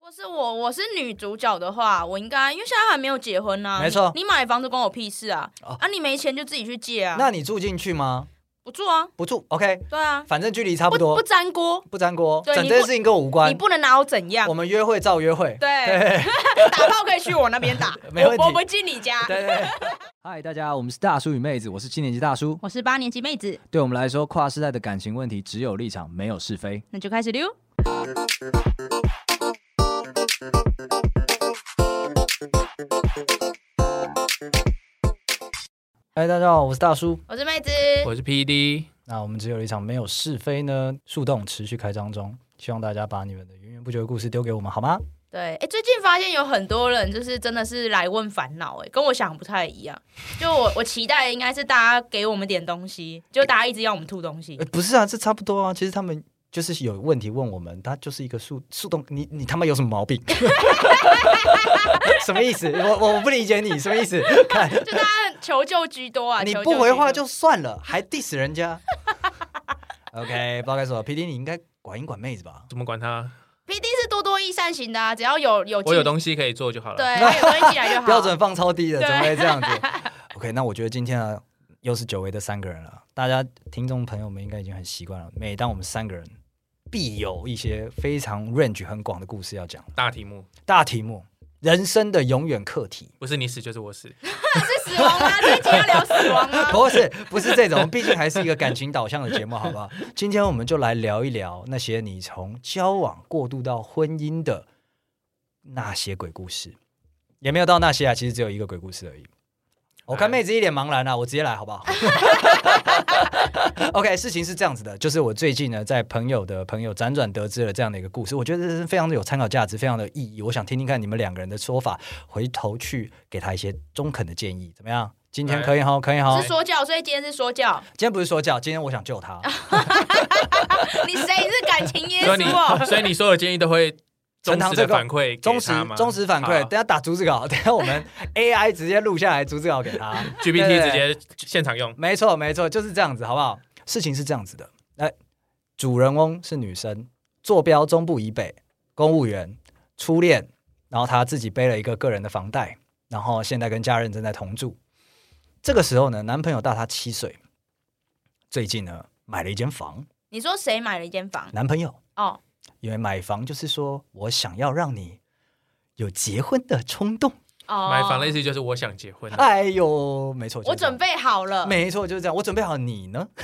或是我我是女主角的话，我应该因为现在还没有结婚呐、啊，没错你你买房子关我屁事啊！哦啊，你没钱就自己去借啊，那你住进去吗？不住啊，不住，OK，对啊，反正距离差不不多，不粘锅，不粘锅，对整你件不事情跟我无你关。不能拿我怎样我。们约会照约会。，对，打炮可以去我那边打 没问题我我不进你家。对对 对。嗨，大家，我们是大叔与妹子，我是七年级大叔。我是八年级妹子，对我们来说，跨世代的感情问题只有立场，没有是非。那就开始溜。嗨，哎大家好，我是大叔。我是妹子，我是 PD，那我们只有立场，没有是非呢？树洞持续开张中，希望大家把你们的源源不绝的故事丢给我们，好吗？对，哎，最近发现有很多人就是真的是来问烦恼，哎，跟我想不太一样。就我我期待的应该是大家给我们点东西，就大家一直要我们吐东西呃，。不是啊，这差不多啊。其实他们就是有问题问我们，他就是一个树树洞，你你他妈有什么毛病？ 什么意思？我我我不理解你什么意思？看就大家求救居多啊！你求救不回话居多就算了，还 diss 人家。OK，不知道该说，P D 你应该管一管妹子吧？怎么管他？ P D 是多多益善型的啊，只要有有我有进东西可以做就好了。对，，他有东西进来就好。标准放超低的，对怎么会 这样子？OK，那我觉得今天啊，又是久违的三个人了。大家听众朋友们应该已经很习惯了，每当我们三个人，必有一些非常 range 很广的故事要讲。大题目大题目：人生的永远课题。不是你死就是我死，是死亡啊 吗？这一集要聊死亡啊吗？ 不是，不是这种，毕竟还是一个感情导向的节目，好不好？今天我们就来聊一聊那些你从交往过渡到婚姻的那些鬼故事，也没有到那些啊，其实只有一个鬼故事而已。我看妹子一脸茫然啊，我直接来好不 好？OK，事情是这样子的，就是我最近呢，在朋友的朋友辗转得知了这样的一个故事，我觉得这是非常的有参考价值，非常的有意义。我想听听看你们两个人的说法，回头去给他一些中肯的建议，怎么样？今天来可以哈，可以哈，是说教，所以今天是说教。今天不是说教，今天我想救他。你谁是感情耶所以稣哦你？所以你所有建议都会忠呈堂实这的个反馈 给忠实他吗，忠实反馈，好等下打逐字稿， 等下我 们 AI 直接录下来逐字稿给他。 ，GPT 对直接现场用。没错，没错，就是这样子，好不好？事情是这样子的，哎、主人翁是女生，坐标中部以北，公务员，初恋，然后她自己背了一个个人的房贷，然后现在跟家人正在同住。这个时候呢，男朋友大她七岁，最近呢买了一间房，你说谁买了一间房？男朋友哦，因为买房就是说我想要让你有结婚的冲动。哦，买房的意思就是我想结婚了，哎呦，没错，我准备，备好了。没错，就是这样。我准备好，你呢？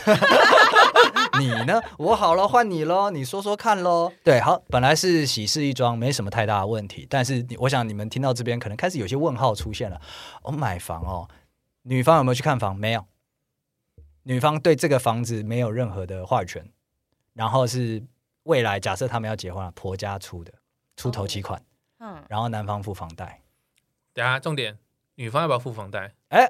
你呢？我好了，换你喽，你说说看喽。对，好，本来是喜事一桩，没什么太大的问题。但是你我想你们听到这边，可能开始有些问号出现了。哦，买房哦，女方有没有去看房？没有，女方对这个房子没有任何的话语权。然后是未来假设他们要结婚了，婆家出的，出头期款，嗯，然后男方付房贷。等下重点，女方要不要付房贷？哎，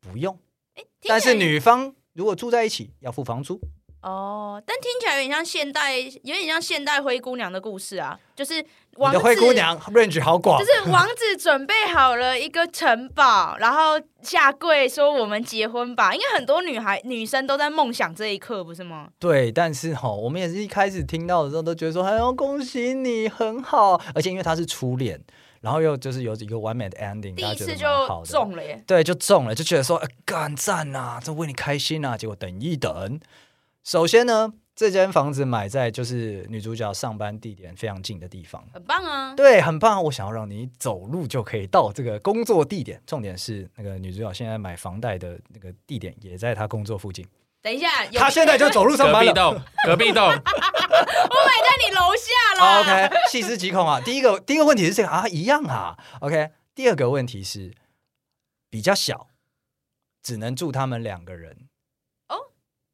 不用。听起来但是女方如果住在一起，要付房租。哦，但听起来有点像现代，有点像现代灰姑娘的故事啊，就是你王的子灰姑娘 range 好广就，是王子准备好了一个城堡，然后下跪说我们结婚吧。因为很多女孩女生都在梦想这一刻，不是吗？对。但是哈、我们也是一开始听到的时候都觉得说，哎呦，恭喜你，很好。而且因为他是初恋，然后又就是有一个完美的 ending，第嗯大一家次觉得蛮好就的。中了耶！对，就中了，就觉得说，呃干赞呐，这为你开心呐、结果等一等，首先呢，这间房子买在就是女主角上班地点非常近的地方，很棒啊！对，很棒！我想要让你走路就可以到这个工作地点。重点是，那个女主角现在买房贷的那个地点也在她工作附近，等一下，有她现在就走路上隔班壁了。栋，隔壁 栋，我买在你楼下啦。哦 OK，细思极恐啊！第一个第一个问题是这个啊，一样啊。OK，第二个问题是比较小，只能住他们两个人。哦，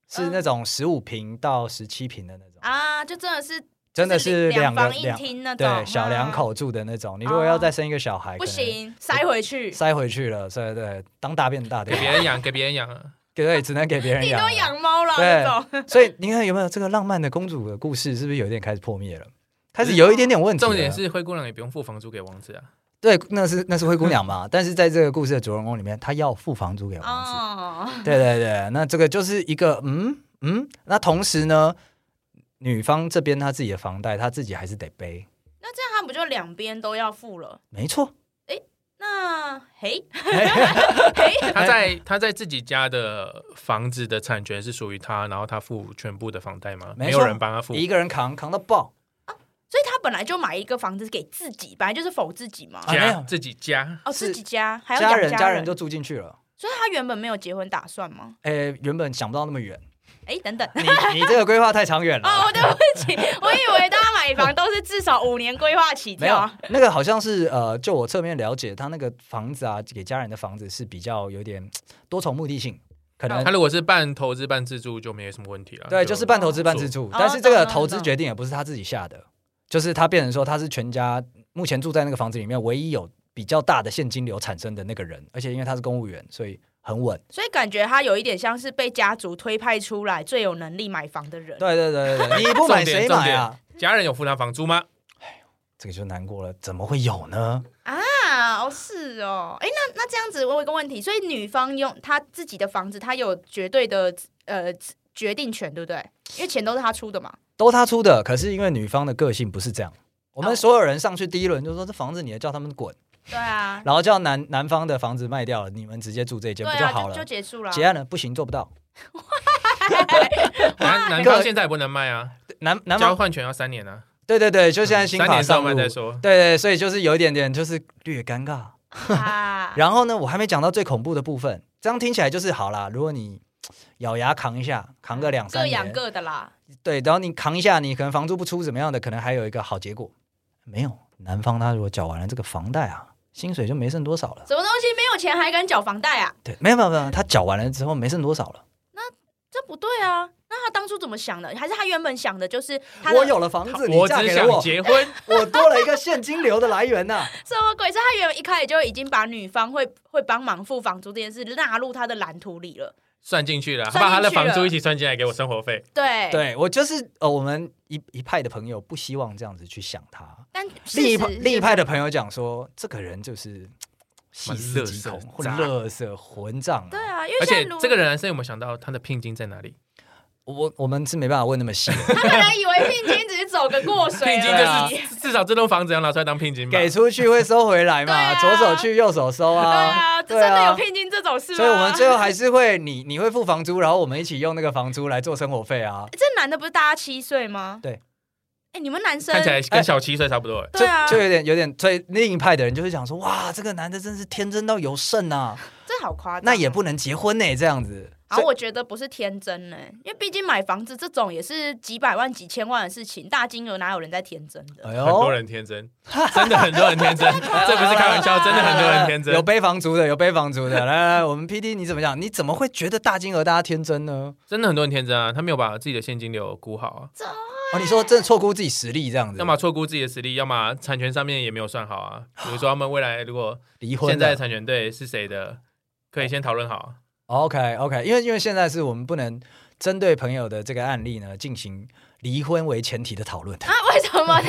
是那种十五平到十七平的那种，啊，就真的是真的就是是两两个房一两厅那种，对小两啊口住的那种。你如果要哦再生一个小孩，不可能行，塞回去。塞回去了，对对，当大便的大给便，别人养，给别人养啊。 对，只能给别人你养。都养猫了对那种，所以你看有没有这个浪漫的公主的故事，是不是有点开始破灭了？开嗯始有一点点问题了。啊重点是灰姑娘也不用付房租给王子啊，对，那是那是灰姑娘嘛，但是在这个故事的主人公里面，她要付房租给王子。哦，对对对，那这个就是一个嗯嗯，那同时呢，女方这边她自己的房贷，她自己还是得背。那那这样他不就两边都要付了？没错，那嘿，哎他在他在自己家的房子的产权是属于他，然后他付全部的房贷吗？没没有错人帮他付，一个人扛扛到爆所以他本来就买一个房子给自己，本来就是否自己嘛。啊没家有自己家哦，是自己家还要家养人，人，家人就住进去了。所以他原本没有结婚打算吗？诶，原本想不到那么远，哎，等等，你你这个规划太长远 了。哦，对不起，我以为大家买房都是至少五年规划起没有跳。，那个好像是呃，就我侧面了解，他那个房子啊，给家人的房子是比较有点多重目的性，可哦能他如果是半投资半自住就没有什么问题了。对，就是半投资半自住，哦但是这个懂懂投资懂决定也不是他自己下的，就是他变成说他是全家目前住在那个房子里面唯一有比较大的现金流产生的那个人，而且因为他是公务员，所以很稳。所以感觉他有一点像是被家族推派出来最有能力买房的人。对对对对对，你不买重点谁重买点啊？家人有付他房 租吗？这个就难过了，怎么会有呢？啊，哦是哦，哎，那那这样子，我有一个问题，所以女方用她自己的房子，她有绝对的呃决定权，对不对？因为钱都是她出的嘛。都他出的，可是因为女方的个性不是这样。我们哦所有人上去第一轮就说这房子你的，叫他们滚，对啊，然后叫男男方的房子卖掉了，你们直接住这间对不就啊，好就了就？结束了。 结案了，不行，做不到。男男方现在也不能卖啊，男男交方，换权要三年啊，对对对，就现在新三法年上上路班，再说。对对，所以就是有一点点就是略尴尬。 啊，然后呢，我还没讲到最恐怖的部分，这样听起来就是好啦。如果你咬牙扛一下，扛个两各三养年，各的啦。对，然后你扛一下，你可能房租不出怎么样的，可能还有一个好结果。没有，男方他如果缴完了这个房贷啊，薪水就没剩多少了。什么东西没有钱还敢缴房贷啊？对，没有没有没有，他缴完了之后没剩多少 了。这不对啊！那他当初怎么想的？还是他原本想的就是他的我有了房子，你我嫁只给想了我，结婚， 我多了一个现金流的来源呐、什么鬼？是他原本一开始就已经把女方会会帮忙付房租这件事纳入他的蓝图里了。算进去了，算他把他进的去了房租一起算进来给我生活费。 对，对我就是呃，我们一一派的朋友不希望这样子去想他，但另一派事实是另一派的朋友讲说，这个人就是细蛮思垃极圾恐，或渣乐色混账、对，啊，因为而像且如这个人男生有没有想到他的聘金在哪里？我我们是没办法问那么细的， 他可能以为聘金只是走个过水而聘已，金 啊就是至至少这栋房子要拿出来当聘金吧。给出去会收回来嘛，对啊左手去右手收对啊。啊，这对啊真的有聘金这种事吗？所以，我们最后还是会你你会付房租，然后我们一起用那个房租来做生活费啊。这男的不是大他七岁吗？对，哎，你们男生看起来跟小七岁差不多。哎对啊，就就有点有点，所以另一派的人就是讲说，哇，这个男的真是天真到有剩啊，这好夸张，那也。不能结婚呢、这样子。然后我觉得不是天真呢、因为毕竟买房子这种也是几百万、几千万的事情，大金额哪有人在天真的？哎欸很多呦，人天真，真的很多 人天真，这不是开玩笑，真的很多人天真有。背房租的，有背房租的。来来来，我们 P D 你怎么讲？你怎么会觉得大金额大家天真呢？真的很多人天真啊，他没有把自己的现金流估好啊，哦，你说真的错估自己实力这样子，要么错估自己的实力，要么产权上面也没有算好啊。比如 说他们未来如果离婚了？现在的产权对是谁的，可以先讨论好。 OK OK，因为因为现在是我们不能针对朋友的这个案例呢进行离婚为前提的讨 论。啊，为什 么？啊，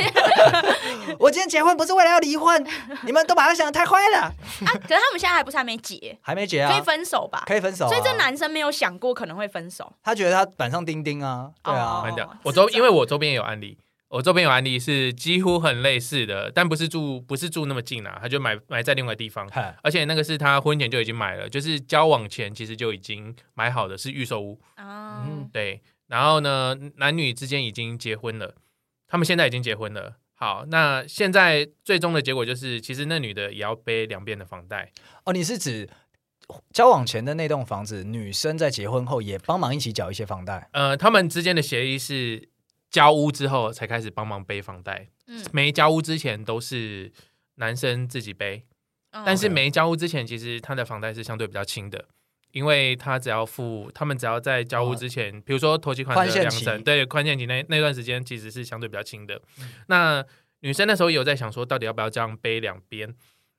我今天结婚不是为了要离婚，你们都把它想的太坏了，可是他们现在还不是还没结，还没结可以啊，分手吧？可以分手、啊。所以这男生没有想过可能会分手。他觉得他板上钉钉啊，对啊，哦慢掉是，我周这样因为我周边也有案例，我周边有案例是几乎很类似的，但不是住不是住那么近啊，他就买买在另外地方，嗨而且那个是他婚前就已经买了，就是交往前其实就已经买好的，是预售屋。啊，嗯对，然后呢，男女之间已经结婚了，他们现在已经结婚了。好，那现在最终的结果就是，其实那女的也要背两边的房贷，哦，你是指交往前的那栋房子，女生在结婚后也帮忙一起缴一些房贷。呃，他们之间的协议是交屋之后才开始帮忙背房贷，嗯没交屋之前都是男生自己背，嗯但是没交屋之前，其实他的房贷是相对比较轻的，因为他只要付，他们只要在交屋之前，比如说头期款宽的限两期嗯成，对宽限期那那段时间其实是相对比较轻的。那女生那时候也有在想说，到底要不要这样背两边？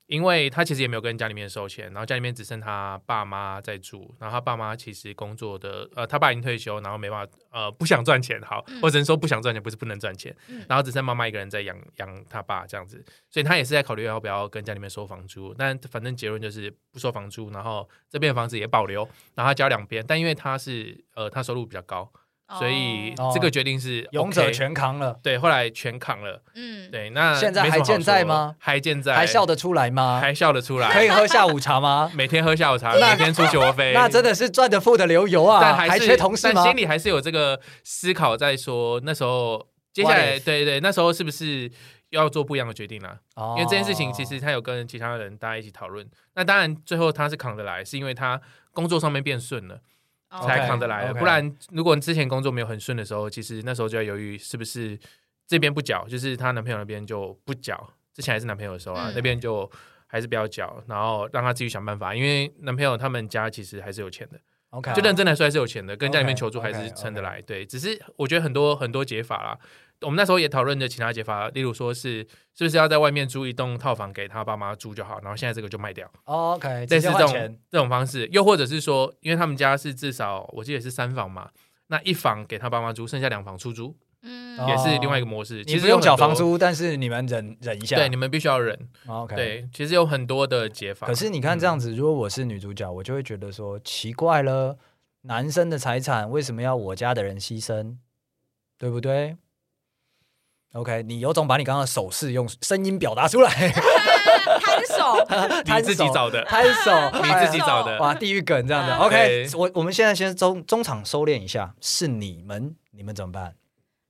因为她其实也没有跟家里面收钱，然后家里面只剩她爸妈在住，然后她爸妈其实工作的，呃，她爸已经退休，然后没办法，呃，不想赚钱，好，嗯我只能说不想赚钱，不是不能赚钱，嗯然后只剩妈妈一个人在养养她爸这样子，所以她也是在考虑要不要跟家里面收房租，但反正结论就是不收房租，然后这边的房子也保留，然后她交两边，但因为她是呃她收入比较高，所以哦这个决定是勇者 OK 全扛了，对，后来全扛了。嗯，对，那现在没什还么健好说在吗还健在，还笑得出来吗？还笑得出来，？可以喝下午茶吗每天喝下 午茶，每天出去我飞，那真的是赚的富的流油啊！但还还是缺同事但吗心？里还是有这个思考在说，那时候接下 What 来， if？对对，那时候是不是要做不一样的决定啦、因因为这件事情其实他有跟其他人大家一起讨论，那当然最后他是扛得来，是因为他工作上面变顺了哦才扛得来的 OK，OK 不然如果之前工作没有很顺的时候，其实那时候就要犹豫是不是这边不缴，就是她男朋友那边就不缴，之前还是男朋友的时候啊，嗯那边就。还是不要缴，然后让他自己想办法，因为男朋友他们家其实还是有钱的， OK，就认真来说还是有钱的，跟家里面啊 OK，求助还是 OK，撑得来。对，只是我觉得很多很多解法啦。我们那时候也讨论着其他解法，例如说是是不是要在外面租一栋套房给他爸妈住就好，然后现在这个就卖掉，哦 OK，类直似接这换种钱这种方式，又或者是说，因为他们家是至少我记得是三房嘛，那一房给他爸妈租，剩下两房出租，嗯哦也是另外一个模式。其你实不有用很多缴房，租，但是你们忍忍一下。对，你们必须要忍。 o k。对，嗯其实有很多的解法。可是你看这样子，如果我是女主角，我就会觉得说奇怪了，男生的财产为什么要我家的人牺牲，对不对？OK，你有种把你刚刚的手势用声音表达 出来， 摊手，嗯你自己找的，拍手，你你自己手找 的，哇，地狱梗这 样的。嗯 OK，对我我们现在先中中场收敛一下，是你们，你们怎么办？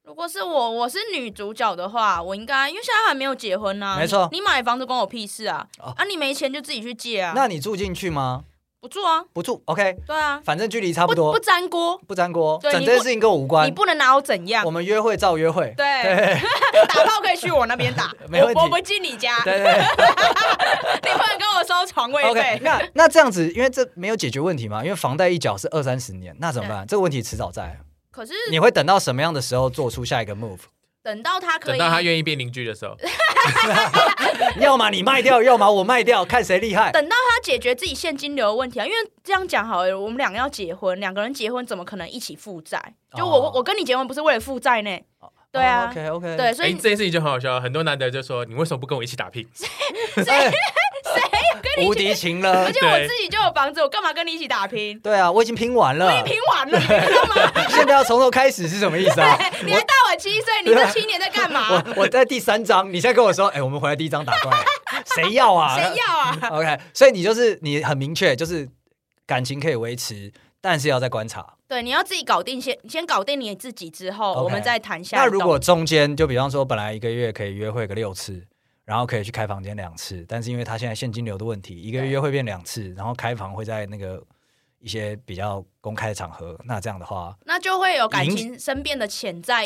如果是我，我是女主角的话，我应该因为现在还没有结婚呢、啊，没错你你买房子关我屁事啊！哦啊，你没钱就自己去借啊，那你住进去吗？不住啊，不住，OK，对啊，反正距离差不不多，粘锅，不沾锅，对整你件不事情跟我无你关。不能拿我怎样我。们约会照约会， 对，对，打炮可以去我那边打 没问题我我不进你家，对对你不能跟我收床位，OK 费。。那那这样子，因为这没有解决问题嘛，因为房贷一缴是二三十年，那怎么办？这个问题迟早在，可是你会等到什么样的时候做出下一个 move？ 等到他可等以，到他愿意变邻居的时候，要么你卖掉，要么我卖掉，看谁厉害。等到他解决自己现金流的问题啊，因为这样讲好了，我们两个要结婚，两个人结婚怎么可能一起负债？就我、哦我跟你结婚不是为了负债呢，对啊 OK OK，对，所哎，以这件事情就很好笑，很多男的就说你为什么不跟我一起打拼？ 哎，无敌情了而。且我对自己就有房子，我干嘛跟你一起打拼？ 对啊，我已经拼完了，拼完了，你知道吗？哎现在要从头开始是什么意思啊？你还大我七岁，你这七年在干嘛？我我在第三章，你现在跟我说，哎、我们回来第一章打 怪，谁要啊？谁要啊？ ？OK，所以你就是你很明确，就是感情可以维持，但是要再观察。对，你要自己搞定先，先搞定你自己之后 OK 我们再谈下一那栋。如果中间就比方说，本来一个月可以约会个六次，然后可以去开房间两次，但是因为他现在现金流的问题，一个月对约会变两次，然后开房会在那个一些比较公开的场合，那这样的话那就会有感情生变的潜在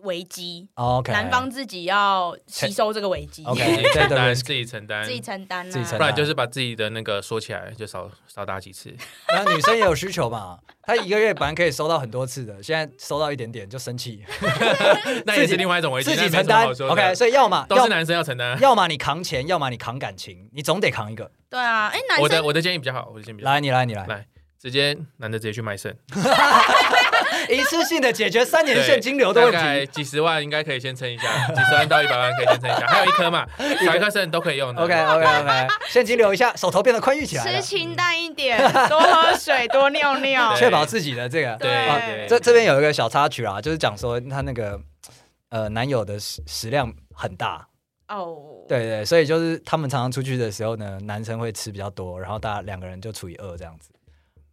危机， ，OK，男方自己要吸收这个危机 OK 自己承这个担， risk 自己承担自，己承担、啊，自己承不然就是把自己的那个说起来就少少打几 次。然后女生也有需求嘛，她一个月本来可以收到很多次的，现在收到一点点就生气，那也是另外一种危机，自己那没承什么担好。说的啊 OK，所以要么都要是男生要承担。啊要么你扛钱，要么你扛感情，你总得扛一个。对啊，哎、男我的生我的建议比较好，我的建议比较好，来，你来，你来，来直接男的直接去卖肾，一次性的解决三年对现金流的问大概题。几十万应该可以先撑一下，几十万到一百万可以先撑一下，还有一 颗嘛，小一颗肾都可以用的。 OK OK OK，现金流一下，手头变得宽裕起来吃了，清淡一 点，多喝水，多尿尿。对确保自己的这个。对啊对，这这边有一个小插曲啊，就是讲说她那个呃男友的食食量很大，哦，，对对，所以就是他们常常出去的时候呢，男生会吃比较多，然后大家两个人就除以二这样子，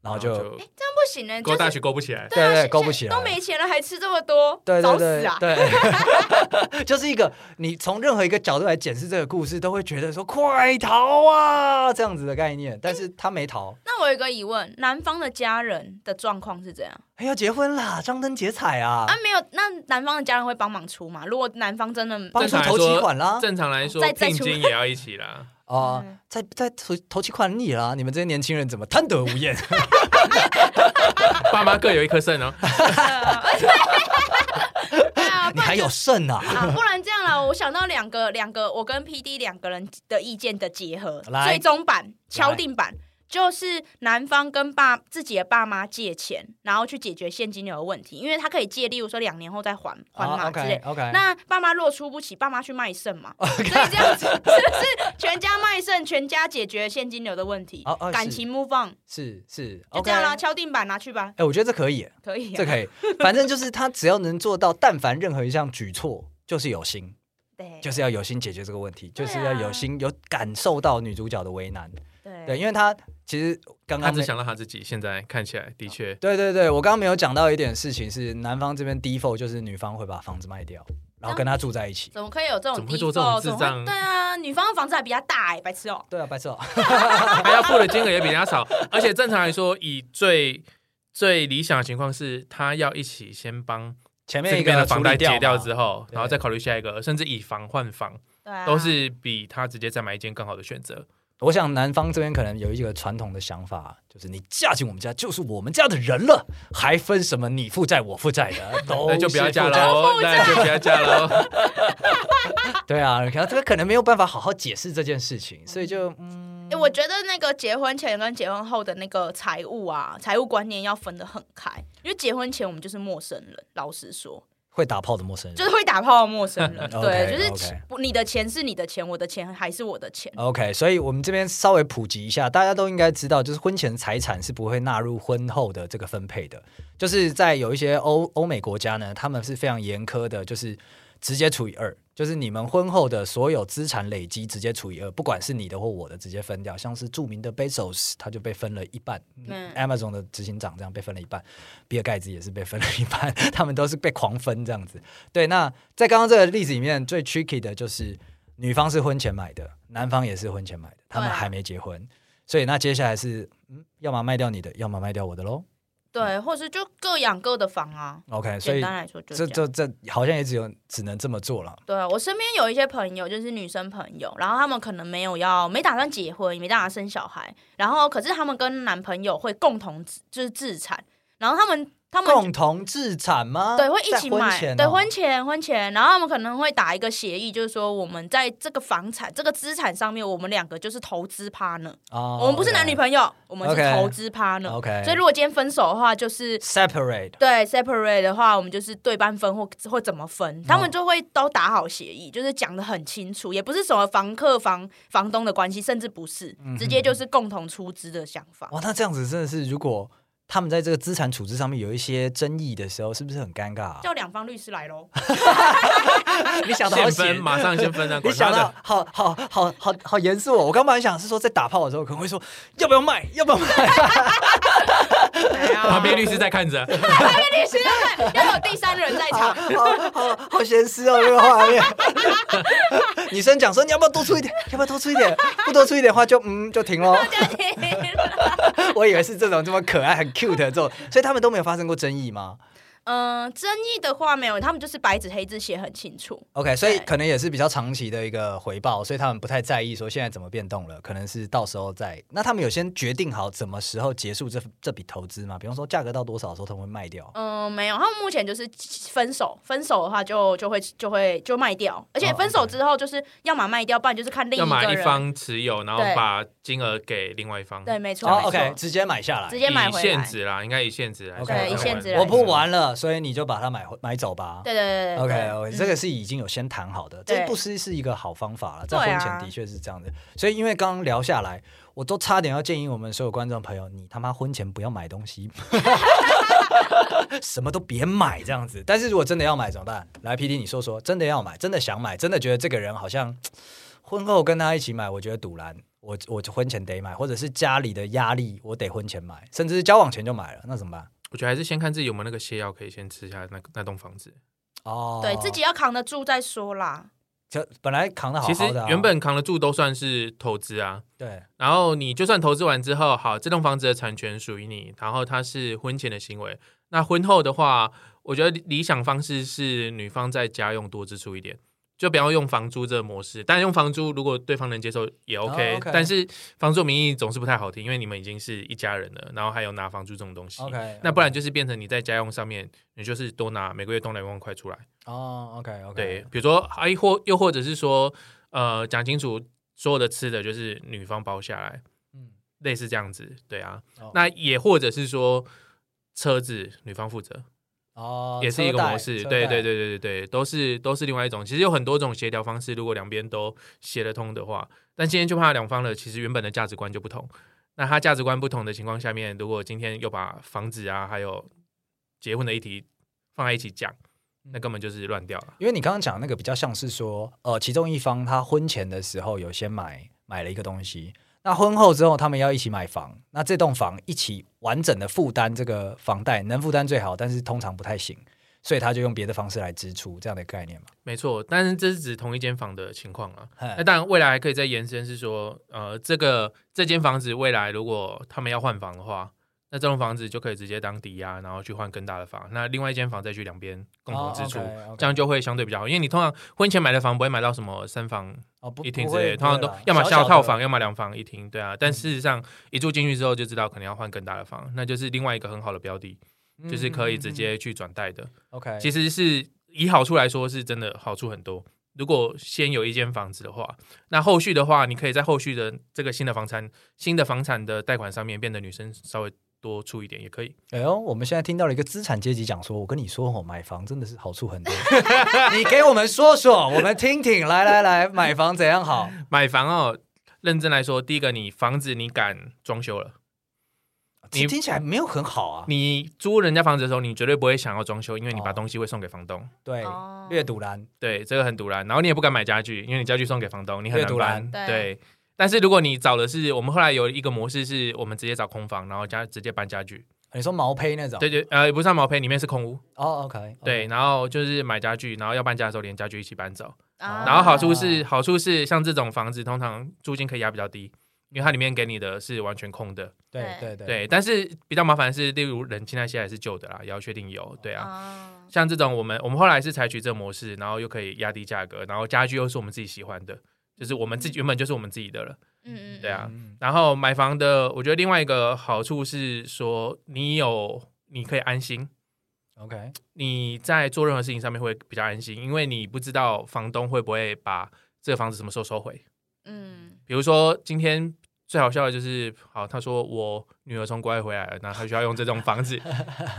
然后就这样不行呢、哎就勾是大曲勾不起来，对啊对对现勾不起来都没钱了还吃这么多，对对找对死啊！对， 就是一个你从任何一个角度来检视这个故事，都会觉得说快逃啊这样子的概念，但是他没逃，那我有一个疑问，男方的家人的状况是怎样？哎要结婚啦，张灯结彩啊啊，，没有，那男方的家人会帮忙出嘛？如果男方真的 帮出头期款啦，正常来说再再聘出金也要一起啦。哦嗯，再再投投期款你啦，你们这些年轻人怎么贪得无 厌？ 爸妈各有一颗肾哦，对啊，不你然还有剩啊？啊，不然这样了，我想到两个两个，我跟 P D 两个人的意见的结合，来最终版敲定版。就是男方跟爸自己的爸妈借钱，然后去解决现金流的问题，因为他可以借，例如说两年后再还 还嘛之类。啊 OK，那爸妈若出不起，爸妈去卖肾 嘛所以这样子是不是全家卖肾，全家解决现金流的问题哦哦是感情 move on，是是就 OK 这。样啦，敲定版拿去吧，哎，我觉得这可以，可以、这啊。可以，反正就是他只要能做到，但凡任何一项举措，就是有心，对，就是要有心解决这个问题，对就啊是要有心有感受到女主角的为难。对，对，因为他其实刚他刚只没想到他自己，现在看起来的确对对对，我刚刚没有讲到一点事情是，男方这边 default 就是女方会把房子卖掉，然后跟他住在一起。怎么可以有这种怎么地会步？做怎这么会种智障对啊，女方的房子还比较大哎、白痴哦、对啊，白痴 哦，还要付的金额也比人家少，而且正常来说，以最最理想的情况是，他要一起先帮前面这一边个的房贷结掉之后，后，对然后再考虑下一个，甚至以房换房，对啊，都是比他直接再买一间更好的选择。我想男方这边可能有一个传统的想法，就是你嫁进我们家就是我们家的人了，还分什么你负债我负债的，都 那就不哦要是嫁负债喽，那哦就不要哦嫁喽。对啊，可能这个可能没有办法好好解释这件事情，所以就嗯哎、，我觉得那个结婚前跟结婚后的那个财务啊，财务观念要分得很开，因为结婚前我们就是陌生人，老实说，会打炮的陌生人。。就是会打炮的陌生人 对， OK，就是 OK 不你的钱是你的钱，我的钱还是我的钱。 OK，所以我们这边稍微普及一下，大家都应该知道，就是婚前财产是不会纳入婚后的这个分配的。就是在有一些欧欧美国家呢，他们是非常严苛的，就是直接除以二，就是你们婚后的所有资产累积直接除以二，不管是你的或我的，直接分掉。像是著名的 Bezos，他就被分了一半、嗯 a m a z o n 的执行长这样被分了一半，比尔盖茨也是被分了一半， 他们都是被狂分这样子。对，那在刚刚这个例子里面，最 tricky 的就是女方是婚前买的，男方也是婚前买的，他们对啊还没结婚，所以那接下来是，嗯，要么卖掉你的，要么卖掉我的喽。对，或是就各养各的房啊。 OK，所简以单来说就这这样。这这好像也只有只能这么做了。对啊，我身边有一些朋友，就是女生朋友，然后他们可能没有要，没打算结婚，也没打算生小孩，然后可是他们跟男朋友会共同自就是自产，然后他们他们共同资产吗？对，会一在起婚买，前对，哦婚前婚前，然后他们可能会打一个协议，就是说我们在这个房产、这个资产上面，我们两个就是投资 partner，、哦我们不是男女朋友，我们是 OK 投资 partner。 OK，所以如果今天分手的话，就是。 separate 对，separate 的话，我们就是对半分或或怎么分，他哦们就会都打好协议，就是讲的很清楚，也不是什么房客房房东的关系，甚至不是，嗯直接就是共同出资的想法。哇，那这样子真的是，如果他们在这个资产处置上面有一些争议的时候，是不是很尴尬啊、叫两方律师来 喽。 你想的好先险分，，马上 先分啊！你管他想到的，好好好好好严肃哦！我刚本来想是说，在打炮的时候可能会说要不要卖，要不要卖？旁旁 边律师在看着，律师啊要看要有第三人在场， 好好好好咸湿哦，这个画面。 女生讲说你要不要多出一点，要不要多出一点？不多出一点的话就嗯就停喽。家庭。我以为是这种这么可爱很 cute 的这种，所以他们都没有发生过争议吗嗯、争议的话没有，他们就是白纸黑字写很清楚。 ？OK，所以对可能也是比较长期的一个回报，所以他们不太在意说现在怎么变动了，可能是到时候再。那他们有先决定好什么时候结束这这笔投资吗？比方说价格到多少的时候他们会卖掉？嗯、没有，他们目前就是分手，分手的话就就会就会就卖掉，而且哦分手之后就是要么卖掉，不然就是看另要一么个一人。方持有，然后对把金额给另外一方。对，没错、哦没错，OK，直接买下来直。接买以回来。现值啦，应该以现值来说 OK，对才以现会值来我不玩了，所以你就把它买回买走吧。对对对对 OK，对 o 嗯这个是已经有先谈好的，对这不失是一个好方法了。在对婚啊前的确是这样的，所以因为刚刚聊下来，我都差点要建议我们所有观众朋友，你他妈婚前不要买东 西，什么都别买这样子。但是如果真的要买怎么办？来，P D，你说说，真的要买，真的想买，真的觉得这个人好像婚后跟他一起买，我觉得堵拦。我我婚前得买，或者是家里的压力，我得婚前买，甚至是交往前就买了，那怎么办？我觉得还是先看自己有没有那个泻药可以先吃下那那栋房子。哦，嗯对自己要扛得住再说啦。就本来扛的好其实好的啊、原本扛得住都算是投资啊。对然后你就算投资完之后，好，这栋房子的产权属于你，然后它是婚前的行为。那婚后的话，我觉得理理想方式是女方在家用多支出一点，就不要用房租这个模式。但用房租如果对方能接受也 OK，、哦，OK 但是房租名义总是不太好听，因为你们已经是一家人了，然后还有拿房租这种东西。 ，OK，那不然就是变成你在家用上面，你就是多拿每个月多拿一万块出来。哦，OK OK，对，比如说，哎，或又或者是说，呃，讲清楚所有的吃的就是女方包下来，嗯，类似这样子，对啊。哦那也或者是说车子女方负责，哦，也是一车个贷模式。车对贷对对对对对，都是都是另外一种。其实有很多种协调方式，如果两边都协得通的话，但今天就怕两方了，其实原本的价值观就不同。那他价值观不同的情况下面，如果今天又把房子啊，还有结婚的议题放在一起讲，嗯那根本就是乱掉了。因为你刚刚讲那个比较像是说，呃，其中一方他婚前的时候有先买买了一个东西，那婚后之后他们要一起买房，那这栋房一起完整的负担这个房贷，能负担最好，但是通常不太行，所以他就用别的方式来支出这样的概念嘛。没错，但是这是指同一间房的情况啊。嗨那当然，未来还可以再延伸，是说，呃，这个这间房子未来如果他们要换房的话，那这栋房子就可以直接当抵押，然后去换更大的房。那另外一间房再去两边共同支出，哦，OK，OK 这样就会相对比较好。因为你通常婚前买的房不会买到什么三房哦，不一厅不之会类的，不通常会都啦要么小小小套的嗯房，要么两房一厅，对啊。但事实上，一住进去之后就知道可能要换更大的房，那就是另外一个很好的标的，嗯就是可以直接去转贷的。 OK，其实是以好处来说，是真的好处很多。如果先有一间房子的话，那后续的话，你可以在后续的这个新的房产、新的房产的贷款上面，变得女生稍微多出一点也可以。哎呦，我们现在听到了一个资产阶级讲说，我跟你说哦，买房真的是好处很多， 你给我们说说，我们听听，来来来，买房怎样好？买房哦，认真来说，第一个，你房子你敢装修了，你你听起来没有很好啊，你租人家房子的时候，你绝对不会想要装修，因为你把哦东西会送给房东。对，哦略堵拦，对，这个很堵然。然后你也不敢买家具，因为你家具送给房东，你很越独难搬。揽对，但是如果你找的是我们后来有一个模式，是我们直接找空房，然后加直接搬家具。你说毛坯那种，对对，呃，不是算毛坯，里面是空屋。哦，OK，对，然后就是买家具，然后要搬家的时候连家具一起搬走。哦啊然后好处是，好处是像这种房子通常租金可以压比较低，因为它里面给你的是完全空的。对对对，对，但是比较麻烦的是，例如人现在现在是旧的啦，也要确定有。对啊，啊，像这种我们我们后来是采取这个模式，然后又可以压低价格，然后家具又是我们自己喜欢的，就是我们自己原本就是我们自己的了。嗯嗯，对啊嗯然后买房的，我觉得另外一个好处是说，你有你可以安心，嗯，OK，你在做任何事情上面会比较安心，因为你不知道房东会不会把这个房子什么时候收回。嗯，比如说今天最好笑的就是，好，他说我女儿从国外回来了，那他需要用这栋 房子，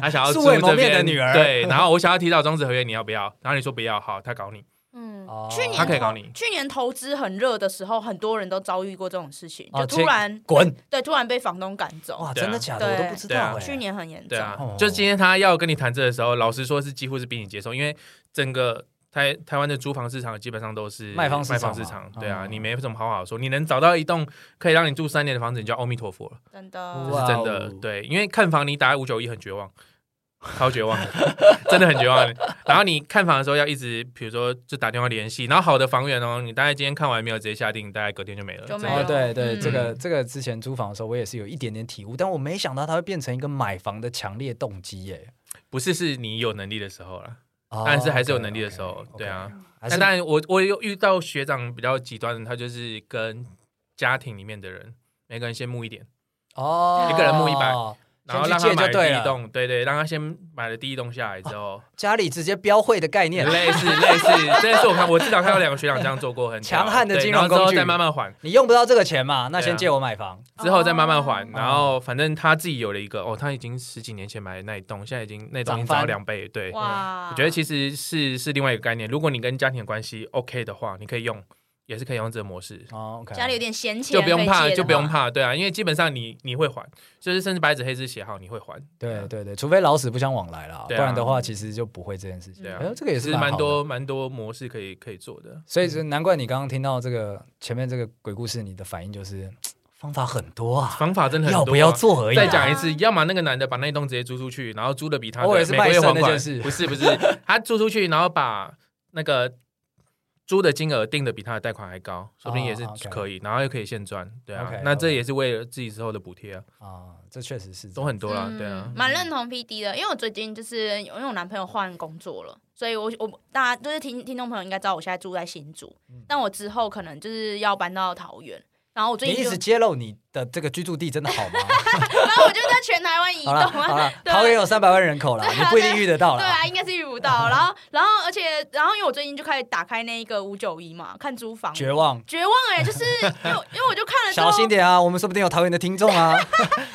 他想要素住未谋这面边的女儿对，然后我想要提早终止合约，你要不要？然后你说不要，好，他搞你，嗯哦，去年他可以投搞你去年投资很热的时候，很多人都遭遇过这种事情，哦就突然滚，对突然被房东赶走哇，，对啊真的假的？我对啊都不知道，哎去年很严对重。啊，哦就是今天他要跟你谈这的时候，老实说是几乎是逼你接受，因为整个。台台湾的租房市场基本上都是卖方市卖场方嘛市场，对啊，哦你没什么好好说。你能找到一栋可以让你住三年的房子，你就阿弥陀佛了。真这的，是真哇的哦。对，因为看房你打五九一很绝望，超绝望的，真的很绝望的。然后你看房的时候要一直，比如说就打电话联系，然后好的房源哦，你大概今天看完没有直接下定，大概隔天就没了。就没真的哦，有对对，嗯这个这个之前租房的时候，我也是有一点点体悟，但我没想到它会变成一个买房的强烈动机耶。不是是你有能力的时候啦，哦但是还是有 OK，能力的 OK，时候 OK，对啊。还但是当然我我有遇到学长比较极端的，他就是跟家庭里面的人。每个人先募一点，哦，一个人募100先然后去让借他就买对第一了哦栋，对对，让他先买了第一栋下来之后，家里直接标会的概念，类似类 似，这是我看我至少看到两个学长这样做过很屌强悍的对金融然后之后工具再慢慢还，你用不到这个钱嘛，那对先啊借我买房。之后再慢慢还哦，然后反正他自己有了一个哦，他已经十几年前买的那一栋，现在已经那栋已涨经翻涨两倍，对。哇，我觉得其实是是另外一个概念，如果你跟家庭的关系 OK 的话，你可以用，也是可以用这个模式，哦，OK，家里有点闲钱，就不用可以怕，借的就不用话。怕，对啊，因为基本上你你会还，就是甚至白纸黑字写好你会还，对对对，除非老死不相往来啦，不对啊然的话其实就不会这件事情。对啊哎呦这个也也是蛮蛮好的多蛮多模式可以可以做的，所以是难怪你刚刚听到这个前面这个鬼故事，你的反应就是嘖方法很多啊，方法真的很多、要不要？做而已、再对啊讲一次，要么那个男的把那一栋直接租出去，然后租的比他的我以为是每个卖月身还那款件事，不是不 是，他租出去，然后把那个租的金额定的比他的贷款还高，说不定也是哦，OK 可以，然后又可以现赚，对啊 OK，那这 OK 也是为了自己之后的补贴啊，啊，这确实是这都样很多啦，嗯对 啊，蛮认同 P D 的，因为我最近就是因为我男朋友换工作了，所以我我大家就是听听众朋友应该知道，我现在住在新竹，但我之后可能就是要搬到桃园，然后我你最一近就 直揭露你的这个居住地真的好吗？那我就在全台湾移好动了啊好。了，对啊桃园有三百万人口啦，对啊你不一定遇得到对啦。啊，应该是遇不到。然后，然后，而且，然后，因为我最近就开始打开那一个五九一嘛，看租房，欸绝望， 绝望哎、就是因为因为我就看了之后小，心点啊，我们说不定有桃园的听 众啊。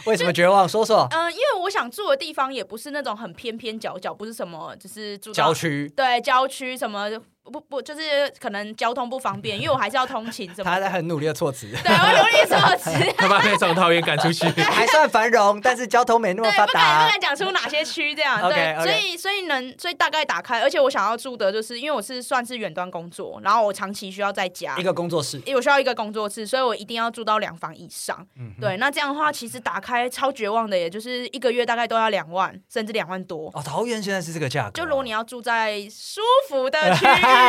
为什么绝望？说说嗯、因为我想住的地方也不是那种很偏偏角角，不是什么就是住到郊区，对郊区什么不不就是可能交通不方便，因为我还是要通勤什么他的。在很努力的措 辞，对，我努力措 辞。他把被从桃园赶出去。还算繁荣，但是交通没那么对，发不敢不达。敢讲出哪些区这样。对 OK，OK 所以所以能所以大概打开，而且我想要住的就是因为我是算是远端工作，然后我长期需要在家一。个工作室，因为我需要一个工作室，所以我一定要住到两房以上。嗯对，那这样的话，其实打开超绝望的，也就是一个月大概都要两万，甚至两万多。哦，桃园现在是这个价格啊，就如果你要住在舒服的 区域，哎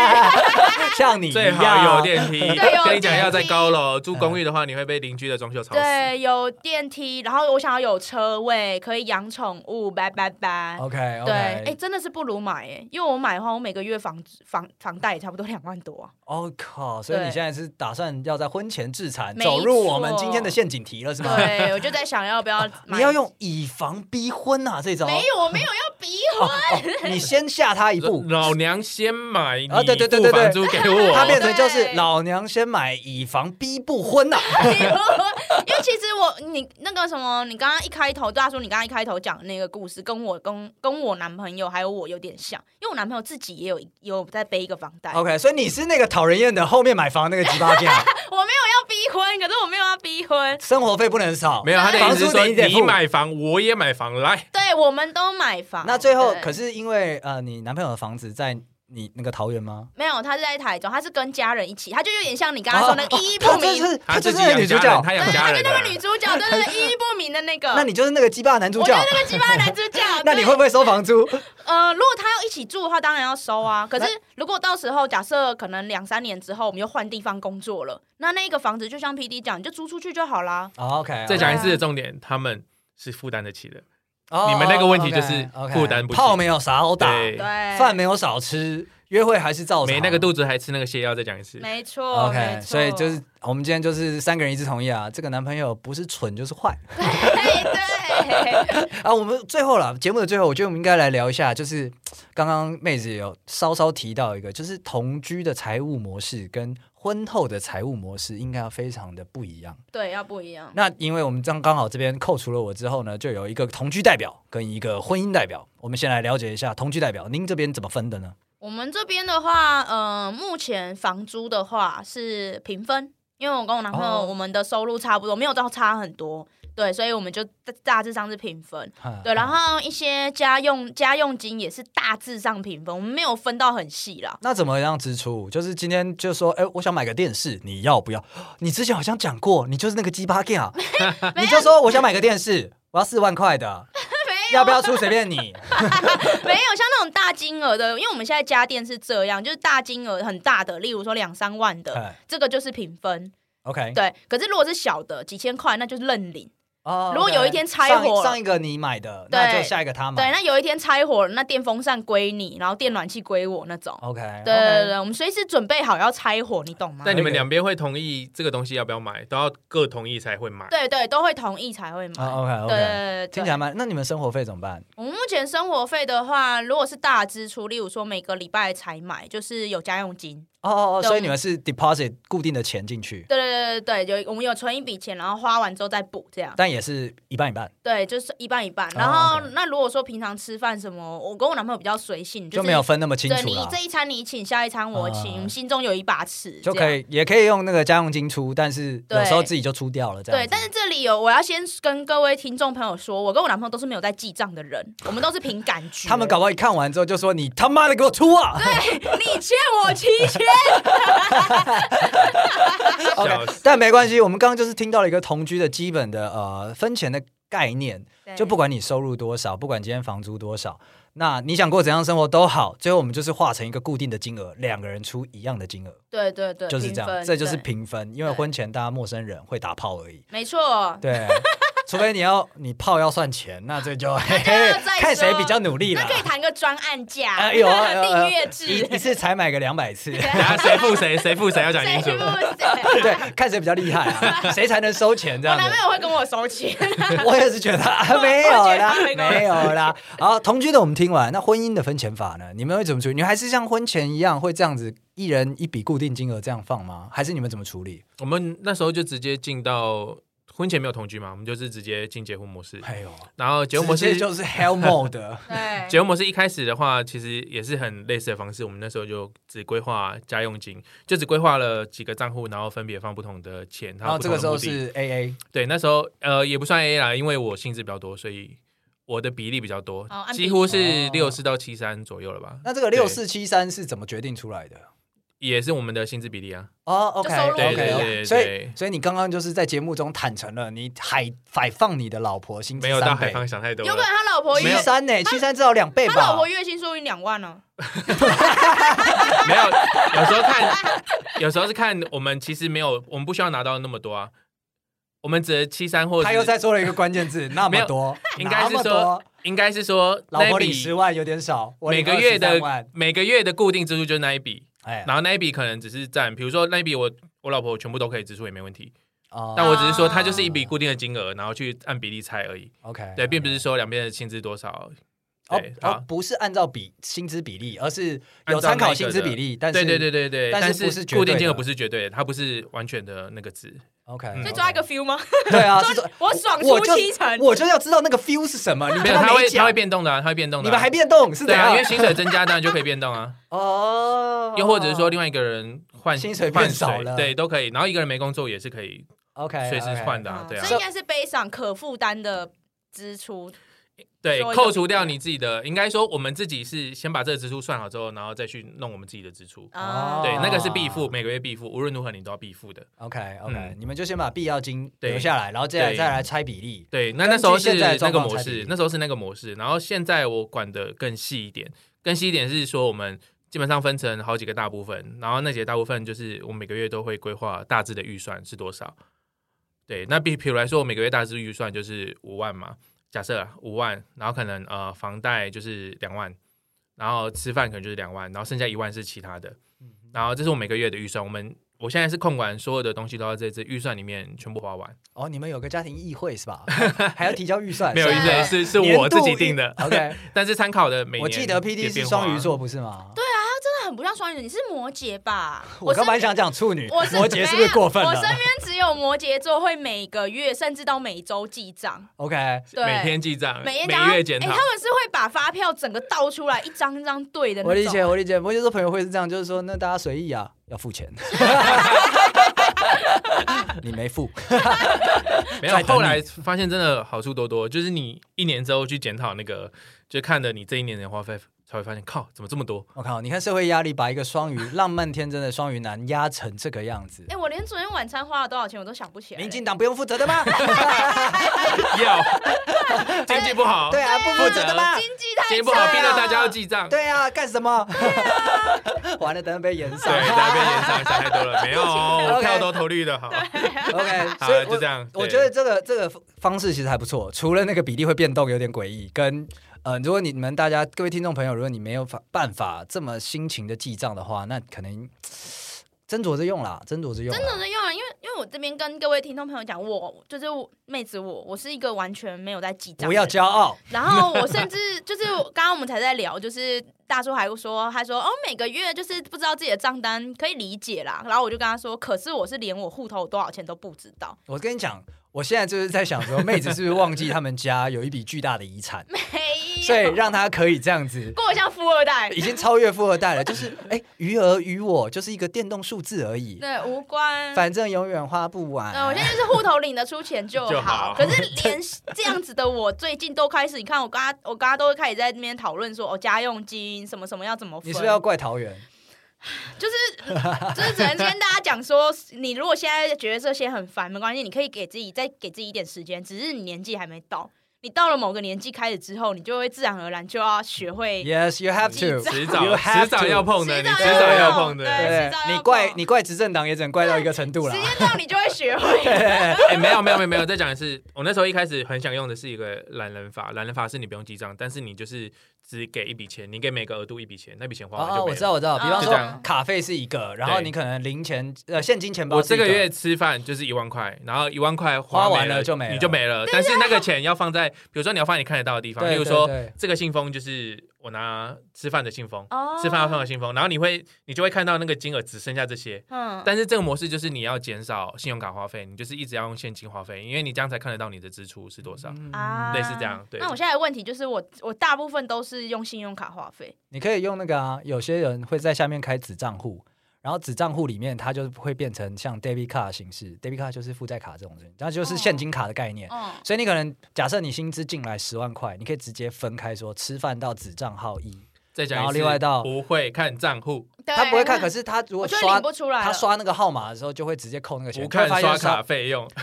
像你一最样好有电梯。对有跟你讲，电要在梯高楼住公寓的话，你会被邻居的装修吵死。对，有电梯，然后我想要有车位，可以养宠物，拜拜拜。 OK 对，哎、哦 OK，真的是不如买哎，因为我买的话，我每个月房子房房贷也差不多两万多、 啊。哦靠！所以你对现在是打算要在婚前自产，没走入我们错今天的陷阱题了是吗？对，我就在想要不 要买。你要用以房逼婚啊这招，没有，我没有要 逼哦婚。哦你先吓他一步，老娘先买，你啊对对对付对对房租给我。他变成就是对老娘先买，以防逼不婚啊呐、因为其实我你那个什么，你刚刚一开头，大叔，你刚刚一开头讲的那个故事，跟我跟跟我男朋友还有我有点像，因为我男朋友自己也有也有在背一个房贷， OK，所以你是那个讨人厌的后面买房那个鸡巴 我架，没有要逼婚，可是我没有要逼婚，生活费不能少。没有，他的意思是房租说你得付你买房，我也买房，来，对我们都买房。那最后对可是因为呃，你男朋友的房子在你那个桃园吗？没有，他是在台中，他是跟家人一起，他就有点像你刚刚说那个哦意义不他真明，是他自就是己那个养女主家人，角，他养对，家他人就啊的。啊那个女主角，对对对，意义不明的那个。那你就是那个鸡巴男主我角就，是那个鸡巴男主角 。那你对会不会收房租？呃，如果他要一起住的话，当然要收啊。可是如果到时候假设可能两三年之后，我们又换地方工作了，那那个房子就像 P D 讲，你就租出去就好啦。哦 OK，再讲一次对的啊重点，他们是负担得起的。哦你们那个问题就是 OK，OK 负担不起炮没有少打，对对，饭没有少吃，约会哦还是照常没那个肚子还吃那个泻药，再讲一次。没错 OK，没错所以 就是我们今天就是三个人一致同意啊，这个男朋友不是蠢就是坏对对， 啊。我们最后了，节目的最后，我觉得我们应该来聊一下，就是刚刚妹子有稍稍提到一个，就是同居的财务模式跟婚后的财务模式应该要非常的不一样。对要不一样。那因为我们刚刚好这边扣除了我之后呢，就有一个同居代表跟一个婚姻代表，我们先来了解一下同居代表，您这边怎么分的呢？我们这边的话，呃，目前房租的话是平分，因为我跟我男朋友、哦我们的收入差不多，没有到差很多，对，所以我们就大大致上是平分。啊对，然后一些家用家用金也是大致上平分，我们没有分到很细啦。那怎么样支出？就是今天就说，哎、我想买个电视，你要不要？ 你之前好像讲过，你就是那个鸡巴 gay 啊，你就说我想买个电视，我要四万 块的，要不要出随便你。没有像那种大金额的，因为我们现在家电是这样，就是大金额很大的，例如说两三万的，哎这个就是平分。 OK，对，可是如果是小的几千块，那就是认领。哦如果 OK 有一天拆上一伙了上一个你买的，那对就下一个他买对，。那有一天拆伙了，那电风扇归你，然后电暖气归我那种。 OK，对对对，我们随时准备好要拆伙，你懂吗？但你们两边会同意这个东西要不要买，都要各同意才会买。对对，都会同意才会买。 o k 对哦 OK，, 对对对听起来蛮。那你们生活费怎么办？我们目前生活费的话，如果是大支出，例如说每个礼拜才买，就是有家用金。哦哦哦，对所我以们你们是 deposit 固定的钱进去，对对对对对，有我们有存一笔钱，然后花完之后再补这样。但也是一半一半，对，就是一半一半。哦然后、 OK 那如果说平常吃饭什么，我跟我男朋友比较随性，就是没有分那么清对楚你了。这一餐你请，下一餐我请，啊我们心中有一把尺，就这可样。以，也可以用那个家用金出，但是有时候自己就出掉了这样对子。，但是这里有我要先跟各位听众朋友说，我跟我男朋友都是没有在记账的人，我们都是凭感觉。 他们搞不好一看完之后就说：“你他妈的给我出啊你欠我七 千，笑！”OK，死。但没关系，我们刚刚就是听到了一个同居的基本的呃分钱的概念，对就不管你收入多少，不管今天房租多少，那你想过怎样生活都好，最后我们就是化成一个固定的金额，两个人出一样的金额，对对对，就是这平样，分这就是对平分，因为对婚前大家陌生人会打炮而已， 没错，对。啊除非你要你泡要算钱，那 这就嘿那嘿再说看谁比较努力了那。可以谈个专案价、哎 呦，哎呦哎呦订阅一制。一次才买个两百次， 等下谁付谁，谁付谁要讲谁清楚不。 谁？对，看谁比较厉害啊，谁才能收钱这我样男子朋。友会跟我收 钱，我也是觉得、啊、没有啦我觉得没，关系没有啦。好，同居的我们听完，那婚姻的分钱法呢？你们会怎么处理？你们还是像婚前一样会这样子，一人一笔固定金额这样放吗？还是你们怎么处理？我们那时候就直接进到婚前没有同居嘛，我们就是直接进结婚模式。哎呦，然后结婚模直式接就是 hell mode，对结婚模式一开始的话，其实也是很类似的方式。我们那时候就只规划家用金，就只规划了几个账户，然后分别放不同的钱。然后哦不这同的个时候目的是 AA，对，那时候呃也不算 A 啦，因为我性质比较多，所以我的比例比较多，哦按比几乎是哦六四到七三左右了吧。那这个六四七三是怎么决定出来的？也是我们的薪资比例啊，哦就收入对，OK，OK，OK、o k 对 OK 对 OK，对所以对所以你刚刚就是在节目中坦诚了，你海海放你的老婆薪资没有到三海倍，方想太多有可了能。他老婆七月，三哦呢，七三至少两倍他吧老婆。月薪收入两万呢、没有，有时候看，有时候是看我们其实没有，我们不需要拿到那么多啊，我们只七三或者他又在说了一个关键字，那么多，应该那是么说多，应该是说老婆那领笔十万有点少，我每领个月的23万，每个月的固定支出就是那一笔，哎，然后那一笔可能只是占，比如说那一笔我我老婆全部都可以支出也没问题，哦但我只是说它就是一笔固定的金额，然后去按比例拆而已， OK，对，并不是说两边的薪资多少，哦对，哦好，不是按照比薪资比例，而是按有照参那考个薪资的比例，但是对对对对对，但是但不是绝对固定金额的不是绝对的，它不是完全的那个值， ，OK，嗯所以抓一个 feel 吗？对啊，是说我爽我出就七成，我就要知道那个 feel 是什么，你们没有，它没会它讲会，变动的啊，它会变动的啊，你们还变动是怎对啊，因为样？薪水增加，当然就可以变 动啊。哦，又或者是说，另外一个人换薪水变换少水了哎对，都可以。然后一个人没工作也是可以 OK，随时换的啊，对啊所以。应该是背上可负担的支出。对说，一个扣除掉你自己的，应该说我们自己是先把这个支出算好之后，然后再去弄我们自己的支出。啊，对，那个是必哦付，每个月必付，无论如何你都要必付的。 OK OK，、嗯你们就先把必要金对留下来，然后再来对再来拆比例。对，那根那时候据现是在的那状个况模才比式，那时候是那个模式。然后现在我管的更细一点，更细一点是说我们基本上分成好几个大部分，然后那几个大部分就是我每个月都会规划大致的预算是多少。对，那比比如来说，我每个月大致预算就是五万嘛，假设五万，然后可能呃房贷就是两万，然后吃饭可能就是两万，然后剩下一万是其他的，嗯然后这是我每个月的预算。我们我现在是控管所有的东西都要在这预算里面全部花完，哦，你们有个家庭议会是吧？ 还要提交预算？ 没有意预吧算思，是是年我自己度定的。预 OK，但是参考的 每年我记得也 PD 是变化双鱼，座不是吗？对，真的很不像双鱼，你是摩羯吧？ 我刚身本来想讲处女，我是摩羯是不是过分没有我了身边只有摩羯座会每个月甚至到每周记账， ？OK，对，每天记账，每每天早上月检讨哎，他。们是会把发票整个倒出来，一张一张对的那种。我理解，我理解。摩羯座朋友会是这样，就是说，那大家随意啊，要付钱。你没付，没在有，等后来发现真的好处多多，就是你一年之后去检讨那个，就看了你这一年的花费，才会发现靠，怎么这么多？我靠！你看社会压力把一个双鱼浪漫天真的双鱼男压成这个样子哎、，我连昨天晚餐花了多少钱我都想不起来。民进党不用负责的吗？ 要经济不好，对啊，不负责的吗？哎经济太差了经济不好，逼到大家要记账，对，对啊，干什么？ 完了，等下被延上。大家被延上，想太多 了，没有，我 OK 票都投绿的，好， OK， 好所以我就这样我对觉得这个这个方式其实还不错，除了那个比例会变动有点诡异，跟呃，如果你们大家各位听众朋友，如果你没有法办法这么辛勤的记账的话，那可能嘖斟酌着用啦，斟酌着用啦。真的是用啊了，因为因为我这边跟各位听众朋友讲，我就是我妹子我，我是一个完全没有在记账的人。不要骄傲，然后我甚至就是刚刚我们才在聊，就是大叔还说，他说哦每个月就是不知道自己的账单，可以理解啦。然后我就跟他说，可是我是连我户头有多少钱都不知 道，我跟你讲，我现在就是在想说，妹子是不是忘记他们家有一笔巨大的遗产，所以没有让她可以这样子 过得像富二代，已经超越富二代了， 就是哎，余额与我就是一个电动数字而已，对，无 关。反正永远花不完。嗯，我现在就是户头领得出钱就好，就好可 是连这样子的我，最近都开始，你看我刚刚我刚刚都会开始在那边讨论说，哦，家用金什么什么要怎么分，你是不是要怪桃园？就是 就是只能跟大家讲说，你如果现在觉得这些很烦，没关系，你可以给自己再给自己一点时间，只是你年纪还没到。你到了某个年纪开始之后，你就会自然而然就要学会。 Yes, you have to. 迟 You 早 have 迟早要 to 碰的，你迟迟早早要要碰碰的，对对迟早，要你怪碰你怪执政党也只能怪到一个程度啦时。间到，你就会学 会。哎、没有没有没有没有，再讲一次，我那时候一开始很想用的是一个懒人法，懒人法是你不用记账，但是你就是只给一笔钱，你给每个额度一笔钱，那笔钱花完就没哦，了。我知道，我知道。比方就这说样卡费是一个，然后对你可能零钱呃现金钱包我是这一个月吃饭就是一万块，然后一万块花没完了就没了啊你就没了。但是那个钱要放在，比如说你要放在你看得到的地方，对例如说对对这个信封就是我拿吃饭的信封，哦吃饭要放的信封，然后你会你就会看到那个金额只剩下这些。嗯，但是这个模式就是你要减少信用卡花费，你就是一直要用现金花费，因为你这样才看得到你的支出是多少。嗯啊嗯类似这样对那我现在的问题就是我，我大部分都是用信用卡话费，你可以用那个啊，有些人会在下面开子账户，然后子账户里面它就会变成像 debit card 形式，debit card 就是负债卡这种东西，它就是现金卡的概哦念。嗯，所以你可能假设你薪资进来十万块，你可以直接分开说吃饭到子账号一，再讲一然次，后另外一道不会看账户，对他不会看，可是他如我果就会刷领不出来了。他刷那个号码的时候就会直接扣那个钱，不看就会发刷现卡说费 用。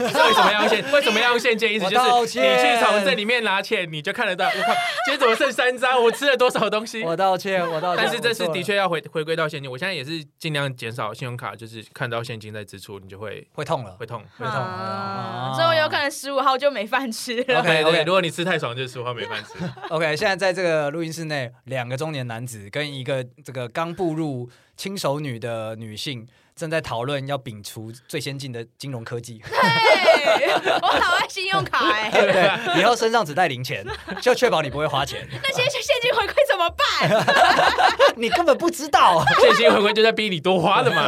为什么要用现？为什么要用现金？意思啊我道就是你歉去从这里面拿钱，你就看得到。我 靠，今天怎么剩三张？我吃了多少东西？我道歉，我道歉。但是这是我错了的确要回回归到现金。我现在也是尽量减少信用卡，就是看到现金在支出，你就会会痛了 会。痛。会痛啊啊，哦所以我有可能十五号就没饭吃了。 OK 对对 OK 如果你吃太爽，就是说话没饭吃。 OK，现在在这个录音室内，两个中年男子跟一个这个刚步入轻熟女的女性正在讨论要摒除最先进的金融科技， 对， 我讨厌信用卡哎、 对不对？以后身上只带零钱，就确保你不会花钱， 那些现金回馈怎么办？你根本不知道。 现金回归就在逼你多花的 嘛。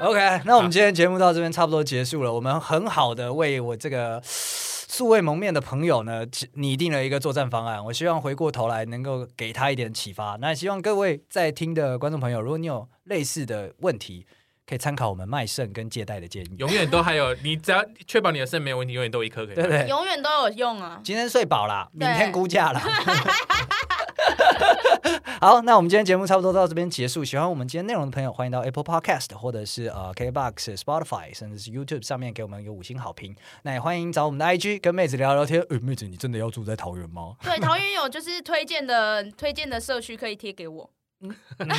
OK，那我们今天节目到这边差不多结束了。我们很好的为我这个 素未谋面的朋友呢，其拟定了一个作战方案。我希望回过头来能够给他一点启发。那希望各位在听的观众朋友，如果你有类似的问题，可以参考我们卖肾跟借贷的建议。永远都还有，你只要确保你的肾没有问题，永远都有一颗可以对拿。不对？永远都有用啊！今天睡饱啦，明对天估价啦。 好，那我们今天节目差不多到这边结束。喜欢我们今天内容的朋友，欢迎到 Apple Podcast 或者是呃 KBox、Spotify，甚至是 YouTube 上面给我们一个五星好评。那也欢迎找我们的 IG 跟妹子聊聊天。诶，妹子，你真的要住在桃园吗？对，桃园有就是推荐的 推荐的社区可以贴给 我，哪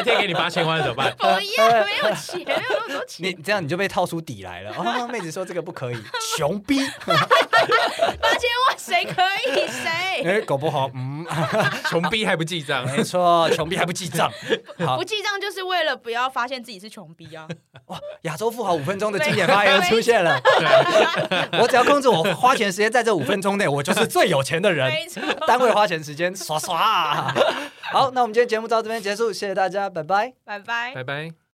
一天给你八千万怎么办？不要哦没有钱，没有那么多你钱，这样你就被套出底来了。 哦，妹子说这个不可以，穷 逼。八千万谁可以谁？哎，搞不好，嗯，穷逼还不记账。没错，穷逼还不记账。 好不，记账就是为了不要发现自己是穷 逼啊！亚 洲富豪五分钟的经典发言出现了。我只要控制我花钱时间在这五分钟内，我就是最有钱的人。没错，单位花钱时间刷刷。好，那我们今天节目到这边结束，谢谢大家，拜拜。拜拜。拜拜。